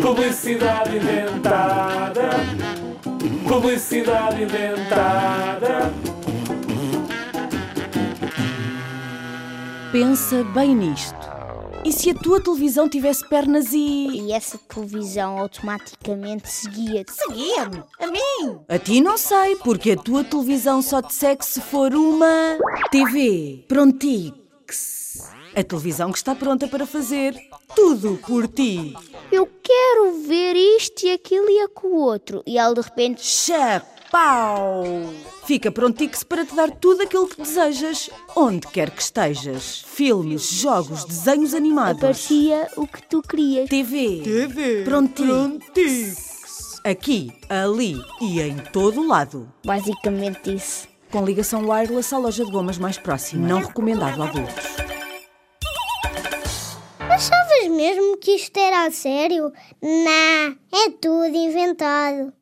Publicidade inventada. Publicidade inventada. Pensa bem nisto. E se a tua televisão tivesse pernas e. E essa televisão automaticamente seguia-te. Seguia-me! A mim! A ti não sei, porque a tua televisão só te segue se for uma. TV. Prontix. A televisão que está pronta para fazer tudo por ti. Eu quero ver isto e aquilo e aquilo outro. E ela de repente Chapau! Fica Prontix para te dar tudo aquilo que desejas, onde quer que estejas. Filmes, jogos, desenhos animados. aparecia o que tu querias. TV. TV. Prontix. Aqui, ali e em todo o lado. Basicamente isso. Com ligação wireless à loja de gomas mais próxima. Não recomendado a adultos. Achavas mesmo que isto era a sério? Não, é tudo inventado.